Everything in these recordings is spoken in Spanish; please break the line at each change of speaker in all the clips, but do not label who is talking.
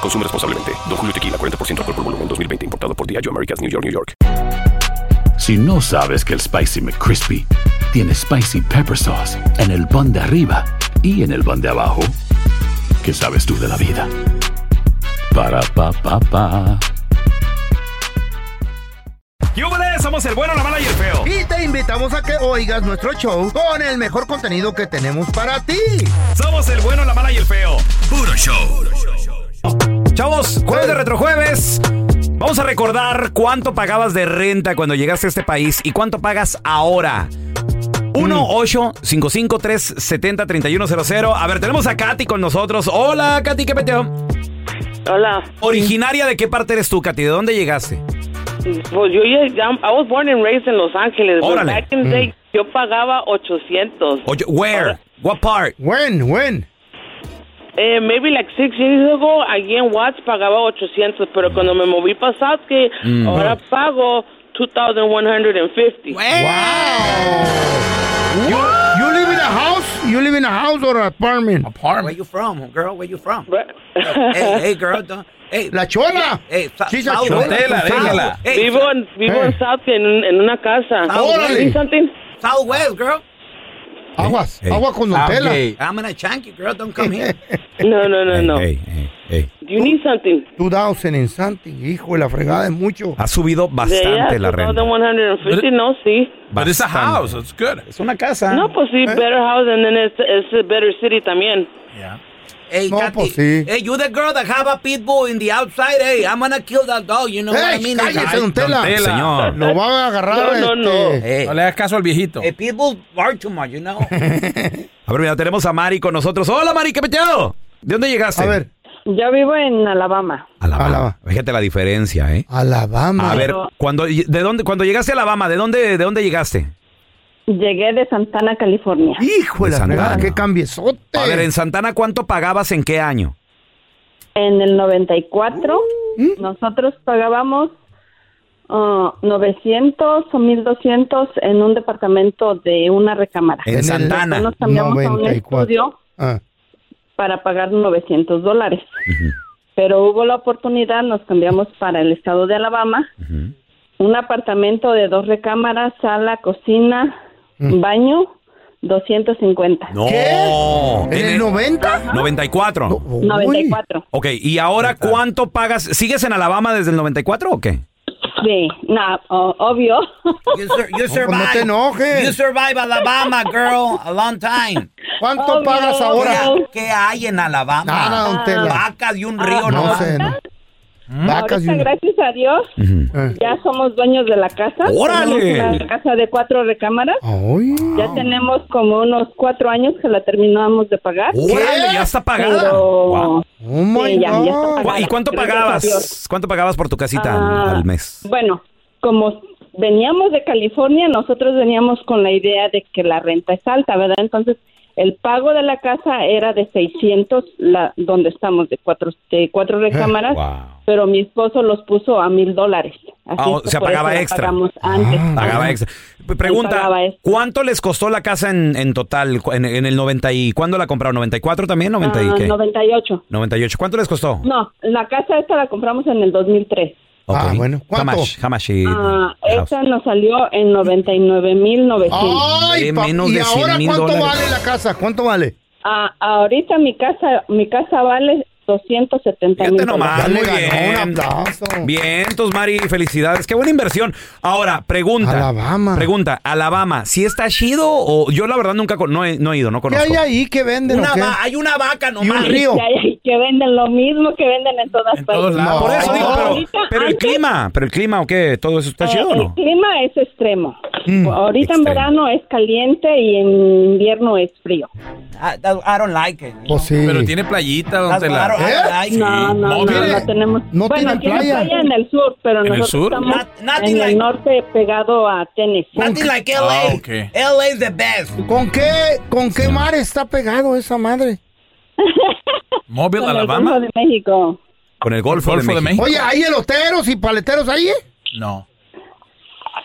Consume responsablemente. Don Julio Tequila, 40% alcohol por volumen, 2020. Importado por Diageo Americas, New York, New York.
Si no sabes que el Spicy McCrispy tiene Spicy Pepper Sauce en el pan de arriba y en el pan de abajo, ¿qué sabes tú de la vida? Para, pa, pa, pa.
¡Yúbales! Somos el bueno, la mala y el feo.
Y te invitamos a que oigas nuestro show con el mejor contenido que tenemos para ti.
Somos el bueno, la mala y el feo. Puro show. Chavos, jueves de retrojueves. Vamos a recordar cuánto pagabas de renta cuando llegaste a este país y cuánto pagas ahora. 1
Mm.
8 55 370 3100 A ver, tenemos a Katy con nosotros. Hola, Katy, ¿qué peteo?
Hola.
¿Originaria de qué parte eres tú, Katy? ¿De dónde llegaste?
Pues yo ya, ya- I was born and raised en Los Ángeles. but
Órale.
Back in the
Mm.
day, yo pagaba 800.
Oye, where? What part?
When, when?
Eh, maybe like six years ago, allí en Watts pagaba 800,
Mm.
pero cuando me moví para Southgate,
Mm.
ahora pago 2,150.
You, you live in a house? You live in a house or an apartment?
Where you from, girl? Where you from?
Hey, hey,
girl, hey.
La chola.
Hey,
She's a chola.
Déjala, déjala.
Vivo en, vivo en Southgate, en, un- en una casa.
Órale.
¿Sí, something?
Southwest, girl.
Aguas,
Hey.
agua con Nutella.
I'm in a chunky, girl. Don't come here.
No, no, no, no. Do you need something?
Tú daos en instante, hijo de la fregada es mucho.
Ha subido bastante
Yeah,
la renta.
2,150, no, sí.
But it's a
Bastante.
house. It's good.
Es una casa.
No, pues sí, Better House, and then it's, it's a Better City también.
Hey,
No,
Katy,
pues sí.
Hey, you the girl that have a pit bull in the outside. Hey, I'm gonna kill that dog. You know what I
¡Ey,
mean?
cállese, don Tela!
Tela.
Señor.
Lo va a agarrar
No, no,
este,
Hey,
No le hagas caso al viejito.
hey, pit bull bark too much, you know. a ver, mira, tenemos a Mari con nosotros. Hola, Mari, ¿qué peteado? ¿De dónde llegaste?
A ver,
Yo vivo en Alabama.
Alabama.
Alabama.
Fíjate la diferencia, ¿eh?
Alabama.
A ver,
Pero-
cuando, ¿de dónde, cuando llegaste a Alabama, ¿de dónde, de dónde llegaste?
Llegué de Santana, California.
Hijo de
De
Pues la
Santana.
fregada, qué cambiesote.
A ver, en Santana, ¿cuánto pagabas en qué año?
En el 94
Uh, ¿eh?
nosotros pagábamos ah, 900 o 1200 en un departamento de una recámara.
En,
En el-
Santana.
Entonces Nos cambiamos a un
94.
estudio
Ah,
para pagar 900 dólares. Pero hubo la oportunidad, nos cambiamos para el estado de Alabama. Un apartamento de dos recámaras, sala, cocina, baño, 250.
No.
Mm. ¿Qué? ¿En
En
el
el
90?
94.
Uy.
94.
Ok, ¿y ahora cuánto pagas? ¿Sigues en Alabama desde el 94 o qué?
Sí, no, o- obvio.
You,
No, pues no te enojes.
survive Alabama, girl, a long time.
¿Cuánto
Oh,
pagas
no. Ah.
ahora?
Mira.
¿Qué hay en Alabama?
Nada, don Tela.
Vacas y
Ah,
un río,
No sé, no.
Mm.
Vacas y
Ahorita,
un-
gracias a Dios,
Eh.
ya somos dueños de la casa.
¡Órale!
Tenemos una casa de cuatro recámaras.
Ay.
Ya tenemos como unos cuatro años que la terminamos de pagar.
Órale, ya está pagada.
Pero-
Wow.
Oh my
Sí, ya, ya está
God.
pagada.
¿Y cuánto
Gracias a Dios.
pagabas? ¿Cuánto pagabas por tu casita
Ah,
al mes?
Bueno, como veníamos de California, nosotros veníamos con la idea de que la renta es alta, ¿verdad? Entonces, el pago de la casa era de 600, la, donde estamos, de cuatro, de cuatro recámaras.
Eh, Wow.
Pero mi esposo los puso a mil dólares. Así
Ah,
es que
se
por
pagaba
eso la
extra. Ah,
Pagamos antes.
Pagaba
Ajá.
extra. P- Pregunta,
pagaba extra.
¿cuánto les costó la casa en, en total? cu- En, en el 90 y ¿Cuándo la compraron? ¿94 también? ¿90 y
Ah,
qué?
98.
98. ¿Cuánto les costó?
No, la casa esta la compramos en el 2003.
Ah,
Ok.
bueno, ¿cuánto?
How much, how much it-
Ah,
house?
esta nos salió en 99,900.
Ay,
De
pa-
menos
¿Y
de cien
ahora
mil
cuánto
dólares.
vale la casa? ¿Cuánto vale?
Ah, ahorita mi casa mi casa vale 270 mil
Fíjate nomás,
Ya le
Ah, muy bien.
ganó, un aplauso.
Bien, tus Mari, felicidades. Qué buena inversión. Ahora, pregunta.
Alabama.
Pregunta, Alabama, ¿si está chido o yo la verdad nunca con- no, he, no he ido, no
¿Qué
conozco?
hay ahí que venden o
Una
qué?
va- hay una vaca
Y un
nomás.
río.
que venden lo mismo que venden en todas partes.
lados.
Por eso
No.
digo, pero,
Ahorita,
pero el
antes,
clima, pero el clima o qué, todo eso está
eh,
chido o
El
no?
clima es extremo.
Mm.
Ahorita
extremo.
en verano es caliente y en invierno es frío.
Ah,
Pues sí. ¿Eh?
Pero tiene playita, don Tela.
¿Eh?
No, no, no,
mire,
no tenemos.
no
bueno,
tienen
tiene
playa.
en el sur, pero
el
nosotros
sur?
estamos
Not- nothing
en
like-
el norte pegado a Tennessee.
like
LA. Ah, ok.
LA is the best.
¿Con qué, con qué mar está pegado esa madre?
Mobile,
Con el
Alabama.
Golfo de México.
Con el Golfo,
Golfo
de
de México.
México.
Oye, ¿hay eloteros y paleteros ahí? eh?
No.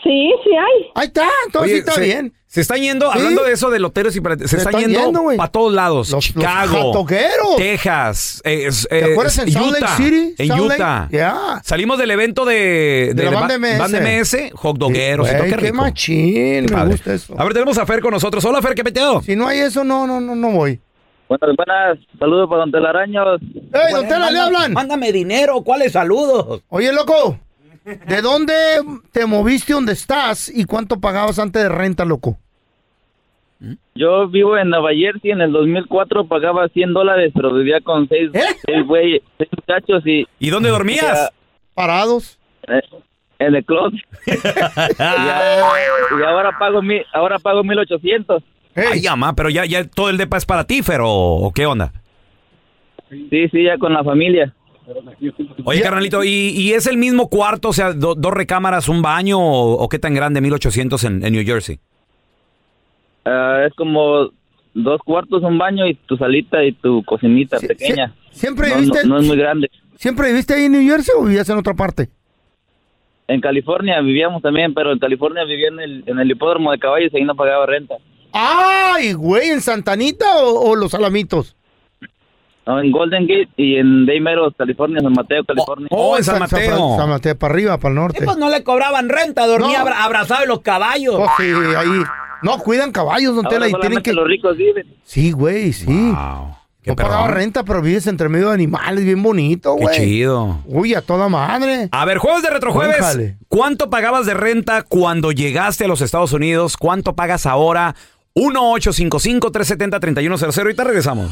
Sí, sí hay.
Ahí está, entonces
Oye,
sí está
se,
bien.
Se están yendo,
Sí.
hablando de eso de loteros y para, se, están, yendo,
güey.
para todos lados.
Los- los
Chicago,
jatogueros.
Texas, eh, es-
¿Te
eh,
acuerdas en Salt
Utah,
Lake City?
En
Salt Lake?
Utah.
Yeah.
Salimos del evento de,
De la
del
banda
ba-
MS.
banda MS, hot dogueros. y
Güey,
todo, qué
qué
rico.
machín, me
Padre.
gusta eso.
A ver, tenemos a Fer con nosotros. Hola, Fer, ¿qué peteo?
Si no hay eso, no, no, no, no voy.
Buenas, buenas. Saludos para Don Telaraño.
¡Ey, don Tela, le hablan!
Mándame dinero, ¿cuáles saludos?
Oye, loco, ¿de dónde te moviste donde estás y cuánto pagabas antes de renta, loco?
Yo vivo en Nueva Jersey. En el 2004 pagaba 100 dólares, pero vivía con seis,
¿Eh?
seis güey, seis muchachos y
¿Y dónde dormías?
Parados.
eh, en el closet. y, a- y ahora pago mi, ahora pago 1800.
Ay, ama, pero ya, ya todo el depa es para ti, Fer, ¿o, o qué onda?
Sí, sí, ya con la familia.
Oye, carnalito, ¿y, y es el mismo cuarto? O sea, do- dos recámaras, un baño, o, o qué tan grande, 1800 en, en New Jersey?
Ah, es como dos cuartos, un baño y tu salita y tu cocinita
Sie-
pequeña.
sie- siempre
No-
viviste-
no- no es muy grande.
¿Siempre viviste ahí en New Jersey o vivías en otra parte?
En California vivíamos también, pero en California vivía en el, en el hipódromo de caballos y ahí no pagaba renta.
¡Ay, güey! ¿En Santanita o, o Los Alamitos?
No, en Golden Gate y en Daymeros, California, San Mateo, California.
Oh, en San
Fran-
Mateo. Eh,
San Mateo, para arriba, para el norte.
Pues no le cobraban renta, dormía
No.
abra- abrazado de los caballos.
Oh, sí, ahí. No, cuidan caballos, don
Ahora
Tela, y tienen
solamente
que...
los ricos viven.
Sí, güey, sí.
Wow, qué
no
perrón,
pagaba renta, pero vives entre medio de animales, bien bonito,
Qué
güey.
chido.
Uy, a toda madre.
A ver, jueves de retrojueves.
Buen jale.
¿Cuánto pagabas de renta cuando llegaste a los Estados Unidos? ¿Cuánto pagas ahora? 1-855-370-3100. Ahorita regresamos.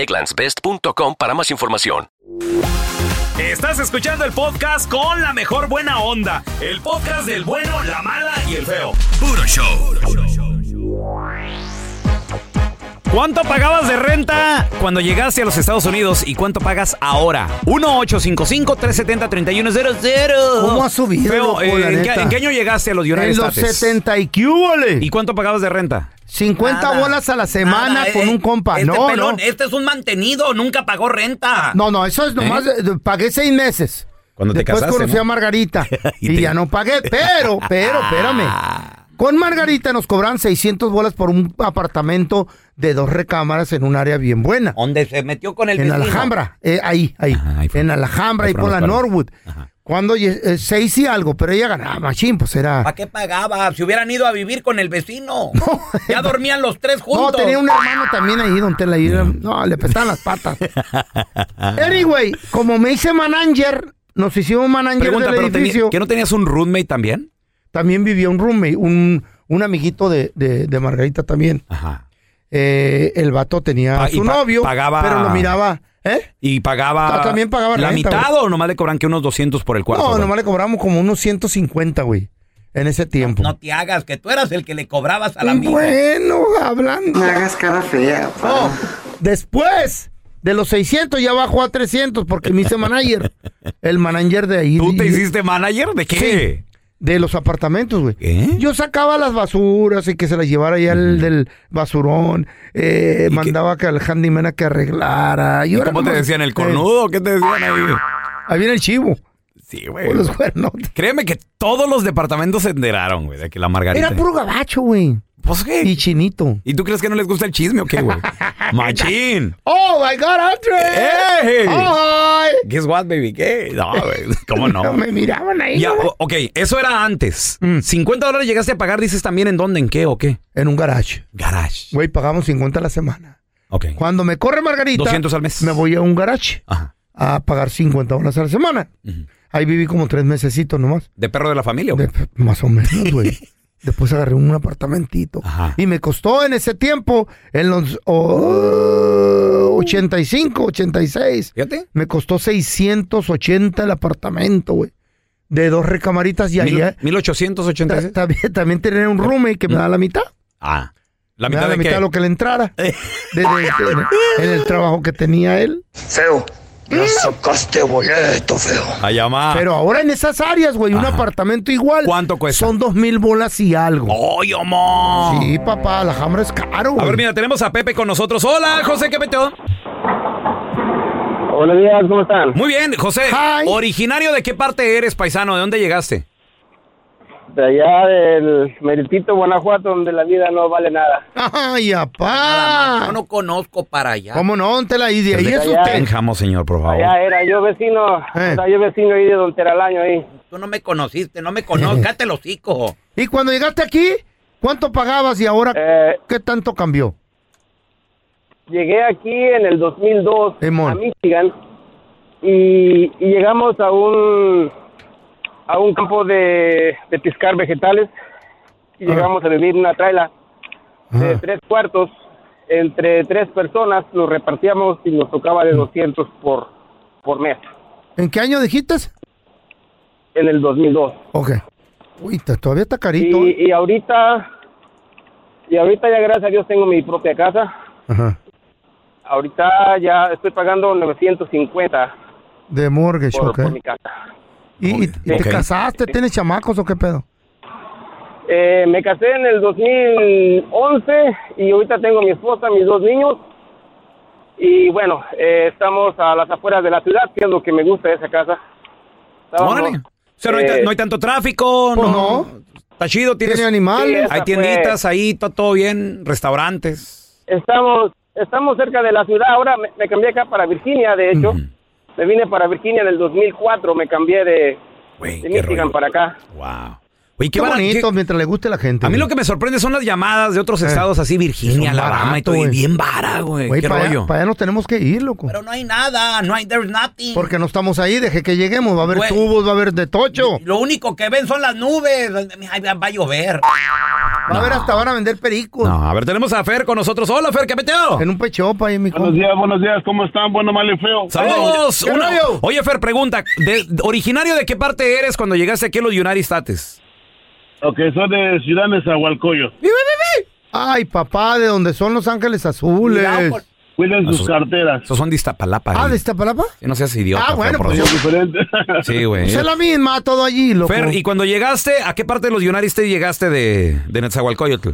egglandsbest.com para más información.
Estás escuchando el podcast con la mejor buena onda. El podcast del bueno, la mala y el feo.
Puro show.
¿Cuánto pagabas de renta cuando llegaste a los Estados Unidos y cuánto pagas ahora? 1-855-370-3100.
¿Cómo ha subido,
Feo,
loco,
eh,
la
¿en, qué,
neta?
en qué año llegaste a los United
En los
States?
70 y qué húbole.
¿Y cuánto pagabas de renta?
50
Nada,
bolas a la semana
nada,
con
eh,
un compa.
Este
no,
pelón,
no.
este es un mantenido, nunca pagó renta.
No, no, eso es nomás. eh, Pagué seis meses.
Cuando te
Después
casaste,
conocí
¿no?
a Margarita
Y
y,
te-
ya no pagué, pero,
Ah.
pero, espérame. Con Margarita nos cobran 600 bolas por un apartamento de dos recámaras en un área bien buena.
¿Dónde se metió con el
En
vecino? Ah,
Alhambra, eh, ahí, ahí. en Alhambra,
ahí
ahí por
fueron los cuernos.
la Norwood. Cuando ye- eh, seis y algo, pero ella ganaba, machín, pues era...
¿Para qué pagaba? Si hubieran ido a vivir con el vecino. ya dormían los tres
No,
juntos.
tenía un hermano también ahí, don Tela. y era- no, le pestaban las patas. Anyway, como me hice manager, nos hicimos manager
Pregunta,
del
pero tenía-
edificio.
¿que no tenías un roommate también?
También vivía un roommate, un, un amiguito de, de- de Margarita también. Eh, el vato tenía
Ah,
a
y
su
pa-
novio,
pagaba-
pero lo miraba. ¿Eh?
¿Y pagaba,
Ah, también pagaba
la
renta,
mitad
güey.
o nomás le cobran que unos 200 por el cuarto?
No,
güey?
nomás le cobramos como unos 150, güey, en ese tiempo.
No te hagas, que tú eras el que le cobrabas a la amiga.
Bueno, hablando.
No hagas cara fea, pa.
No, después de los 600 ya bajó a 300 porque me hice manager. El manager de ahí.
¿Tú te hiciste manager? ¿De qué?
Sí, de los apartamentos, güey. Yo sacaba las basuras y que se las llevara ya el
Mm.
del basurón. eh, mandaba que al handyman a que arreglara.
¿Y
yo era
cómo te
nomás-
decían? ¿El
eh,
cornudo? ¿Qué te decían ahí?
ahí viene el chivo.
Sí, güey.
Por los cuernos.
Créeme que todos los departamentos se enteraron, güey, de que la Margarita.
Era puro gabacho, güey.
Pues,
Y chinito.
¿Y tú crees que no les gusta el chisme o qué, güey? Machín.
¡Oh, my God,
¡Ey!
Andre! ¡Ay!
Guess what, baby? ¿Qué? No, güey. ¿Cómo no?
No, Mm. me miraban ahí,
Ya,
güey.
o- ok, eso era antes. 50 Mm, dólares llegaste a pagar, dices también en dónde, en qué o qué.
En un garage.
Garage.
Güey, pagamos 50 a la semana.
Ok.
Cuando me corre Margarita.
200 al mes.
Me voy a un garage. A pagar 50 dólares a la semana. Ahí viví como tres mesecitos nomás.
¿De perro de la familia o qué?
Más o menos, güey. Después agarré un apartamentito. Y me costó en ese tiempo, en los oh, 85, 86.
Fíjate.
Me costó 680 el apartamento, güey. De dos recamaritas y ahí.
Mil-
eh,
1886.
También, también tenía un roommate que me da la mitad.
Ah. La
Me
mitad
da
de
la mitad
qué?
de lo que le entrara. De- de- de- en el trabajo que tenía él. Feo.
Ya sacaste boleto, feo.
A llamar.
¿Mm? Pero ahora en esas áreas, güey, un apartamento igual. ¿Cuánto cuesta? Son dos mil bolas y algo.
¡Oye, amor!
Sí, papá, la jambra es caro,
A
güey.
ver, mira, tenemos a Pepe con nosotros.
Ah.
Hola, José, ¿qué peteo?
Buenos días, ¿cómo están?
Muy bien, José. ¿Originario de qué parte eres, paisano? ¿De dónde llegaste?
De allá del meritito Guanajuato, donde la vida no vale nada.
¡Ay, apá!
Yo no conozco para allá.
Ah. ¿Cómo no? Te la y de ahí
Desde
es
allá.
usted.
Tenjamos, señor, por favor.
Allá era yo vecino, era yo vecino ahí de Don Teralaño ahí.
Tú no me conociste, no me conozcas, cállate el hocico.
Y cuando llegaste aquí, ¿cuánto pagabas y ahora
Eh.
qué tanto cambió?
Llegué aquí en el 2002
Simón.
a Michigan y, y llegamos a un a un campo de, de piscar vegetales y llegamos a vivir en una traila
Eh,
Ah.
de tres cuartos entre tres personas nos repartíamos y nos tocaba de 200 por por mes
Mm. ¿En qué año dijiste?
en el 2002
Ok. Uy, t- todavía está carito. ¿eh?
Y, y ahorita, y ahorita ya gracias a Dios tengo mi propia casa.
Ajá.
Ahorita ya estoy pagando 950
De mortgage,
por,
ok.
por mi casa.
¿Y, y- y
Ok.
te casaste? ¿Tienes chamacos o qué pedo?
Eh, me casé en el 2011 y ahorita tengo mi esposa, mis dos niños. Y bueno, eh, estamos a las afueras de la ciudad, que es lo que me gusta de esa casa. Estábamos-
Órale. O sea, no hay, ta-
Eh,
no hay tanto tráfico,
pues
no. Está chido, tienes
Tiene animales. Sí, esa
Hay
fue-
tienditas ahí, to- todo bien, restaurantes.
Estamos, estamos cerca de la ciudad. Ahora me, me cambié acá para Virginia, de hecho. Me vine para Virginia en el 2004. Me cambié de, de Michigan para acá.
Wow. Oye,
Qué,
qué, barato,
bonito, mientras le guste a la gente.
A mí
güey.
lo que me sorprende son las llamadas de otros estados así, Virginia,
Son
Alabama y
barato,
todo, y
güey.
bien vara, güey.
Güey,
Eh, Qué
para,
rollo.
Allá, para allá nos tenemos que ir, loco.
Pero no hay nada, no hay, there's nothing.
Porque no estamos ahí, deje que lleguemos. Va a haber
Güey.
tubos, va a haber de tocho.
Lo único que ven son las nubes. Ay, va va a llover.
Va a haber hasta van a vender pericos.
No, a ver, tenemos a Fer con nosotros. Hola, Fer, ¿qué peteo?
En un pechopa ahí, mi
Buenos días, buenos días. ¿Cómo están? Bueno, mal y feo.
Saludos.
¿Qué
Una-
rollo?
Oye, Fer, pregunta. de- ¿Originario de qué parte eres cuando llegaste aquí a los United States?
Ok, soy de Ciudad Nezahualcóyotl.
Ay, papá, de donde son Los Ángeles Azules.
Cuiden
sus
carteras.
Esos Ah, son de Iztapalapa.
Ah,
güey.
¿de Iztapalapa?
No seas idiota.
Ah,
Fer,
bueno,
por
pues
favor.
yo-
Sí, güey.
Pues es la misma, todo allí, loco.
Fer, ¿y cuando llegaste, a qué parte de los United States llegaste de, de Nezahualcóyotl?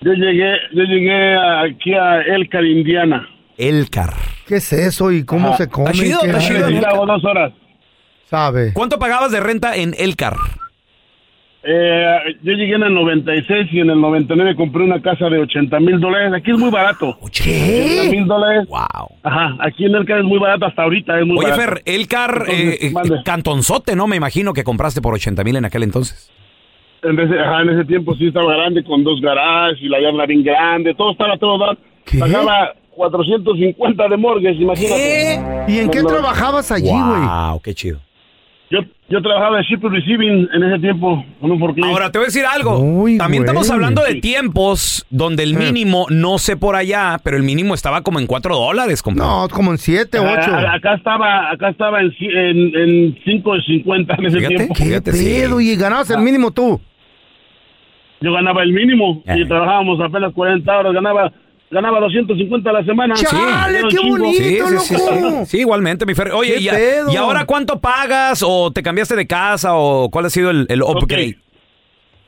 Yo llegué, yo llegué aquí a Elcar, Indiana.
Elcar.
¿Qué es eso y cómo se come?
está chido,
¿Qué
está
hay?
chido, ¿no?
dos Oh, horas.
¿Sabe?
¿Cuánto pagabas de renta en Elcar?
Eh, yo llegué en el 96 y en el 99 compré una casa de 80 mil dólares. Aquí es muy barato. ¿80 mil dólares? Wow. Ajá, aquí en el es muy barato hasta ahorita. Es muy
Oye,
barato.
Fer, el car, eh, eh, cantonzote, ¿no? Me imagino que compraste por 80 mil en aquel entonces.
En ese, ajá, en ese tiempo sí estaba grande, con dos garages y la yarda bien grande, todo estaba todo dar. Pagaba 450 de morgues, imagínate.
¿Y en qué
Cuando-
trabajabas allí, güey?
Wow, qué chido.
Yo, yo trabajaba de shipper receiving en ese tiempo, con un forklift.
Ahora te voy a decir algo. También estamos hablando de tiempos donde el mínimo, no sé por allá, pero el mínimo estaba como en 4 dólares, compadre.
No, como en 7,
Ah,
8.
ah, Acá estaba, acá estaba en, ci- en, en 5.50 en ese tiempo.
¿Qué pedo? Y ganabas el mínimo tú.
Yo ganaba el mínimo
Eh.
y trabajábamos apenas 40 horas, ganaba ganaba 250 a la semana. Era un chingo.
Sí, sí, sí. Sí, igualmente, mi Fer. Oye,
¿Qué
y, a-
pedo?
¿y ahora cuánto pagas? ¿O te cambiaste de casa? ¿O cuál ha sido el, el upgrade?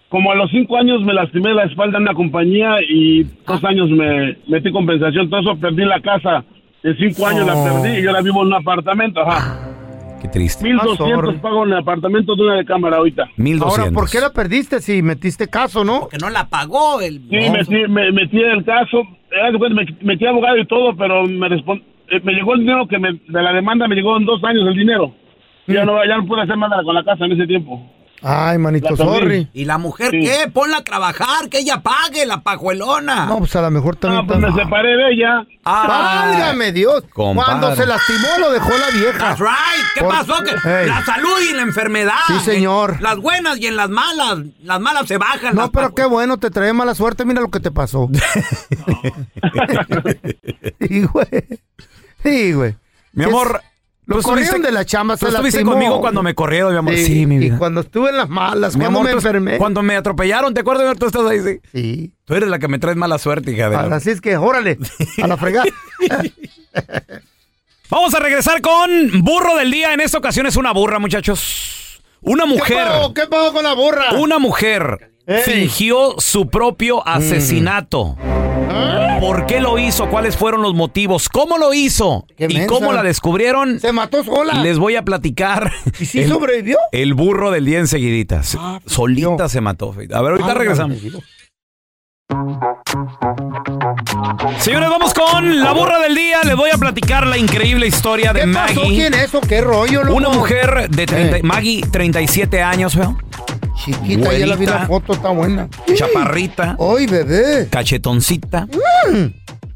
Como a los 5 años me lastimé la espalda en la compañía y
Ah.
2 años me metí compensación, todo eso perdí la casa. En 5 años
Oh.
la perdí y ahora vivo en un apartamento, ajá.
Qué triste.
Ah,
1200 pago en el apartamento de una de cámara ahorita.
Ahora, ¿por qué la perdiste si metiste caso, no?
Porque no la pagó el...
Sí, metí, me, metí en el caso, eh, haz de cuenta, me, metí abogado y todo, pero me respon- eh, me llegó el dinero que me, de la demanda, me llegó en dos años el dinero.
Mm.
Ya, no, ya no pude hacer nada con la casa en ese tiempo.
Ay, manito,
La perdí.
sorry.
¿Y la mujer
Sí.
qué? Ponla a trabajar, que ella pague la pajuelona.
No, pues a lo mejor también.
pues me
separé de ella.
Ah.
¡Válgame Dios!
Compadre.
Cuando se lastimó, lo dejó la vieja.
That's right. ¿Qué
Por-
pasó? Que
Ey.
La salud y la enfermedad.
Sí, señor.
En las buenas y en las malas. Las malas se bajan.
No, pero qué bueno, te trae mala suerte, mira lo que te pasó. Sí, güey. Sí, güey.
Mi
Es-
amor,
Lo
tú
corrieron
estuviste-
de la chamba,
tú
se
estuviste
lastimó.
conmigo cuando me corrieron, mi amor.
Sí,
Sí, mi
y
vida.
cuando estuve en las malas,
Mi
cuando
amor,
me
tú-
enfermé.
Cuando me atropellaron, ¿te acuerdas? Tú estás ahí, sí. Tú eres la que me traes mala suerte, hija de la-
Así es que, órale, a la fregada.
Vamos a regresar con Burro del Día. En esta ocasión es una burra, muchachos. Una mujer.
pasó? ¿Qué pasó con la burra?
Una mujer fingió su propio asesinato.
¿Ah?
¿Por qué lo hizo? ¿Cuáles fueron los motivos? ¿Cómo lo hizo?
Qué
¿Y
mensa.
cómo la descubrieron?
Se mató sola.
Les voy a platicar.
¿Y sí sobrevivió? pues,
El burro del día enseguiditas. Solita se mató. A ver, ahorita
Ah,
regresamos. Señores, vamos
Ah,
con la burra del día. Les voy a platicar la increíble historia de
¿Qué
Maggie.
pasó? ¿Quién es o qué rollo, loco?
Una mujer de 30,
Eh.
Maggie, 37 años, feo.
Chiquita, ya la vi la
Güerita.
foto, está buena.
Chaparrita.
¡Ay, bebé!
Cachetoncita.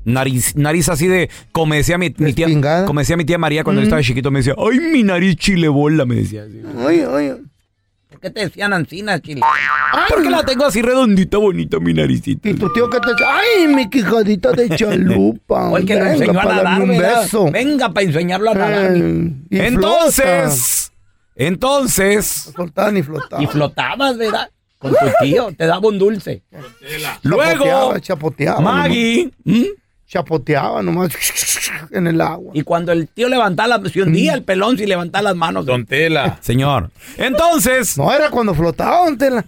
Nariz, nariz así de, como decía mi, mi tía, como decía mi tía María cuando yo
Mm.
estaba chiquito, me decía, ay, mi nariz chilebola, me decía así.
Oye, oye.
¿Por qué te decían ancina, chile?
Porque la tengo así redondita, bonita, mi naricita.
¿Y tu tío qué te dice? ¡Ay, mi quijadita de chalupa!
Porque lo
Venga,
enseñó a
para
nadar,
darme un
¿verdad?
beso.
Venga, para enseñarlo a nadar.
y
Entonces, entonces,
flotaban y flotaban.
Y flotabas, ¿verdad? Con tu tío, te daba un dulce.
luego,
Chapoteaba, chapoteaba
Maggie, ¿Mm?
Chapoteaba nomás en el agua. Mm.
Y cuando el tío levantaba las... Si un día el pelón si levantaba las manos...
Don Tela.
señor, entonces,
No era cuando flotaba, don Tela.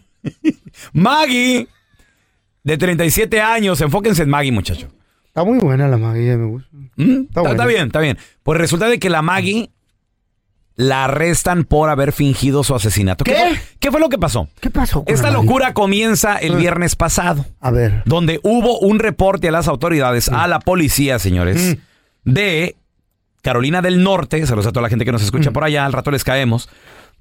Maggie, de 37 años, enfóquense en Maggie, muchacho.
Está muy buena la magia, me gusta.
¿Mm? Está,
buena.
está bien, está bien. Pues resulta de que la Maggie la arrestan por haber fingido su asesinato. ¿Qué? fue, qué fue lo que pasó?
¿Qué pasó? con
Esta
la
locura comienza el viernes pasado,
magia? A ver. Mm.
donde hubo un reporte a las autoridades, a la policía, señores, de Carolina del Norte, saludos a toda la gente que nos
Mm.
escucha por allá, al rato les caemos,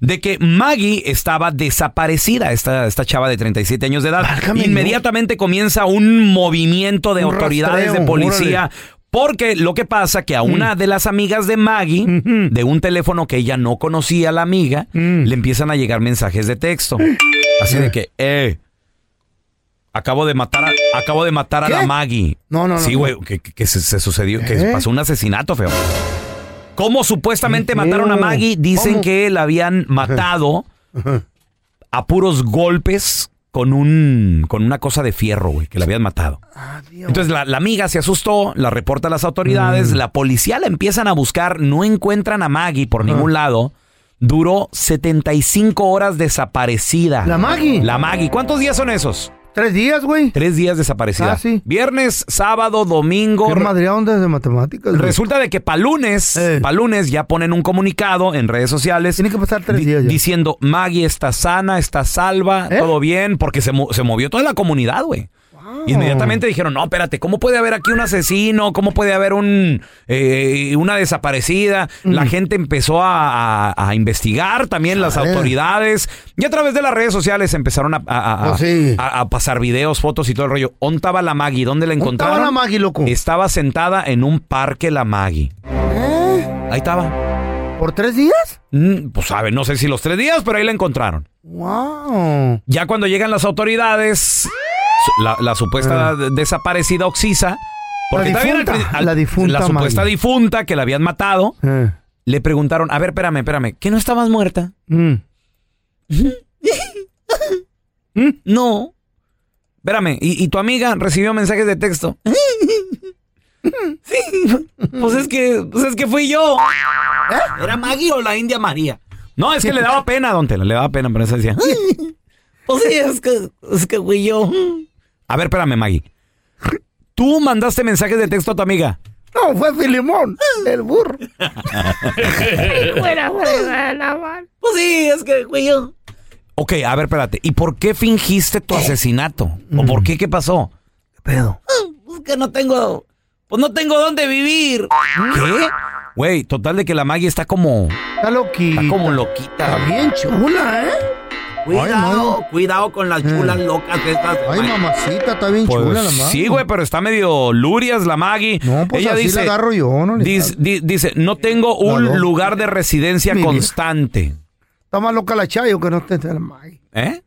de que Maggie estaba desaparecida, esta, esta chava de 37 años de edad. Inmediatamente comienza un movimiento de
Un
autoridades,
rastreo,
de policía,
órale. Mm.
porque lo que pasa que a una de las amigas de Maggie, de un teléfono que ella no conocía, la amiga,
Mm.
le empiezan a llegar mensajes de texto. Así de que, eh, acabo de matar a, acabo de matar a la Maggie.
No, no, no,
Sí,
no.
güey, que, que- que se, se sucedió, que
¿Eh?
pasó un asesinato feo. ¿Cómo supuestamente
Qué
mataron a
feo.
Maggie? Dicen
¿Cómo?
que la habían matado a puros golpes con un con una cosa de fierro, güey, que la habían matado. Entonces la, la amiga se asustó, la reporta a las
Mm.
autoridades, la policía la empiezan a buscar, no encuentran a Maggie por ningún
Ah.
lado. Duró 75 horas desaparecida.
¿La Maggie?
La Maggie. ¿Cuántos días son esos?
Tres días, güey.
Tres días desaparecida.
Casi.
Viernes, sábado, domingo.
Qué madreón desde matemáticas. güey. Eh.
Resulta de que para lunes, pa' lunes ya ponen un comunicado en redes sociales. Tiene
que pasar tres ¿Eh?
días Diciendo, Maggie está sana, está salva, todo bien, porque se, mo- se movió toda la comunidad, güey. Inmediatamente dijeron, no, espérate, ¿cómo puede haber aquí un asesino? ¿Cómo puede haber un eh, una desaparecida? La gente empezó a, a- a investigar también las
Chale.
autoridades y a través de las redes sociales empezaron a, a- a-
Pues sí.
a- a pasar videos, fotos y todo el rollo. ¿Dónde estaba la Maggie? ¿Dónde la encontraron?
estaba la Maggie, loco?
Estaba sentada en un parque la Maggie. Ahí estaba.
¿Eh? ¿Por tres días?
pues sabe, no sé si los tres días, pero ahí la encontraron.
Wow.
Ya cuando llegan las autoridades, su- la, la supuesta de- desaparecida Oxisa, porque
Ah. La
está bien al
difunta,
pri- al-
la difunta
la supuesta
Maggie.
difunta que la habían matado,
Eh.
le preguntaron, a ver, espérame, espérame, ¿que no estabas muerta?
Mm. Mm.
No. Espérame, ¿y, y tu amiga recibió mensajes de texto? Sí, pues es que, pues es que fui yo.
¿Eh?
¿Era Maggie o la India María? No, es que le daba pena, don Tela, le daba pena, pero eso decía. Pues sí, es que, es que fui yo.
mm.
A ver, espérame, Maggie. Tú mandaste mensajes de texto a tu amiga.
No, fue Filimón, el burro.
Fuera, fuera,
Pues sí, es que fui yo. Ok, a ver, espérate. ¿Y por qué fingiste
Eh.
tu asesinato?
Mm.
¿O por qué qué pasó?
Pues que no tengo. Pues no tengo dónde vivir.
¿Qué? Güey, total de que la Maggie está como.
Está loquita.
Está como loquita.
Está bien chula, ¿eh?
Cuidado, cuidado con las chulas locas estas.
Mm. Ay, mamacita, está bien
Pues,
chula la Maggie.
sí, güey, pero está medio lurias la Maggie. No,
pues así la agarro yo, no
Dice, di- dice, no tengo un lugar de residencia constante.
Está más loca la Chayo que no te la Maggie.
¿Eh?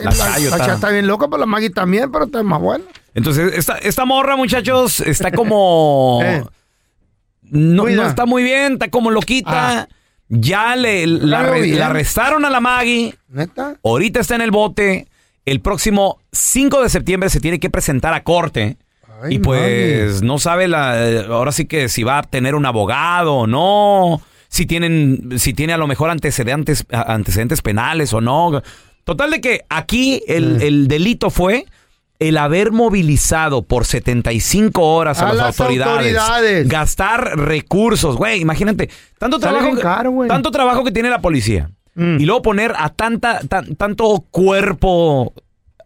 La
La,
Chayo
la
está-
Chayo está bien loca, pero la Maggie también, pero está más buena.
Entonces, esta, esta morra, muchachos, está como.
Eh.
No,
Cuida. Ah.
no está muy bien, está como loquita. Ya le la,
Claro,
re-
bien.
la arrestaron a la Maggie.
¿Neta?
Ahorita está en el bote. El próximo 5 de septiembre se tiene que presentar a corte. y pues no sabe la, ahora sí que si va a tener un abogado o no, si tienen, si tiene a lo mejor antecedentes, a- antecedentes penales o no. Total de que aquí el, el delito fue el haber movilizado por 75 horas a,
A
las,
las
autoridades,
autoridades.
gastar recursos, güey, imagínate, tanto
Sale
trabajo,
bien
que-
caro, güey. Mm.
tanto trabajo que tiene la policía y luego poner a tanta tan- tanto cuerpo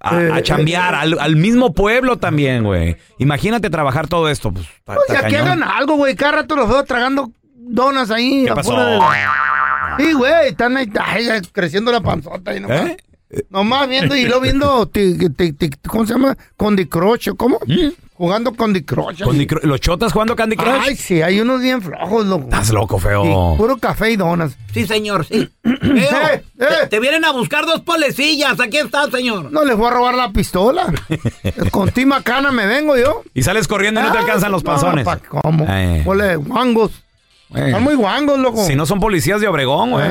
a,
Eh,
a chambear al, al mismo pueblo también, güey. Imagínate trabajar todo esto. Pues, ta-
Pues
ta
ya que
cañón.
hagan algo, güey. Cada rato los veo tragando donas ahí.
¿Qué pasó?
afuera de la- Sí, güey. Están ahí ay, ay, creciendo la panzota. Y
¿Eh?
nomás, nomás viendo y lo viendo. ti- ti- ti- ¿Cómo se llama? Candy Crush. ¿o ¿Cómo?
¿Mm?
Jugando Candy Crush.
Candy Cru- los chotas jugando Candy Crush.
Ay, sí. Hay unos bien flojos, loco.
Estás loco, feo.
Puro café y donas.
Sí, señor, sí.
Eh,
Veo, Te, te vienen a buscar dos polecillas. Aquí está, señor.
No les voy a robar la pistola. Con ti macana me vengo yo.
Y sales corriendo y no te alcanzan los
no,
panzones.
pa- ¿Cómo?
Eh.
Ole, guangos.
Eh.
Están muy guangos, loco.
Si no son policías de Obregón, güey.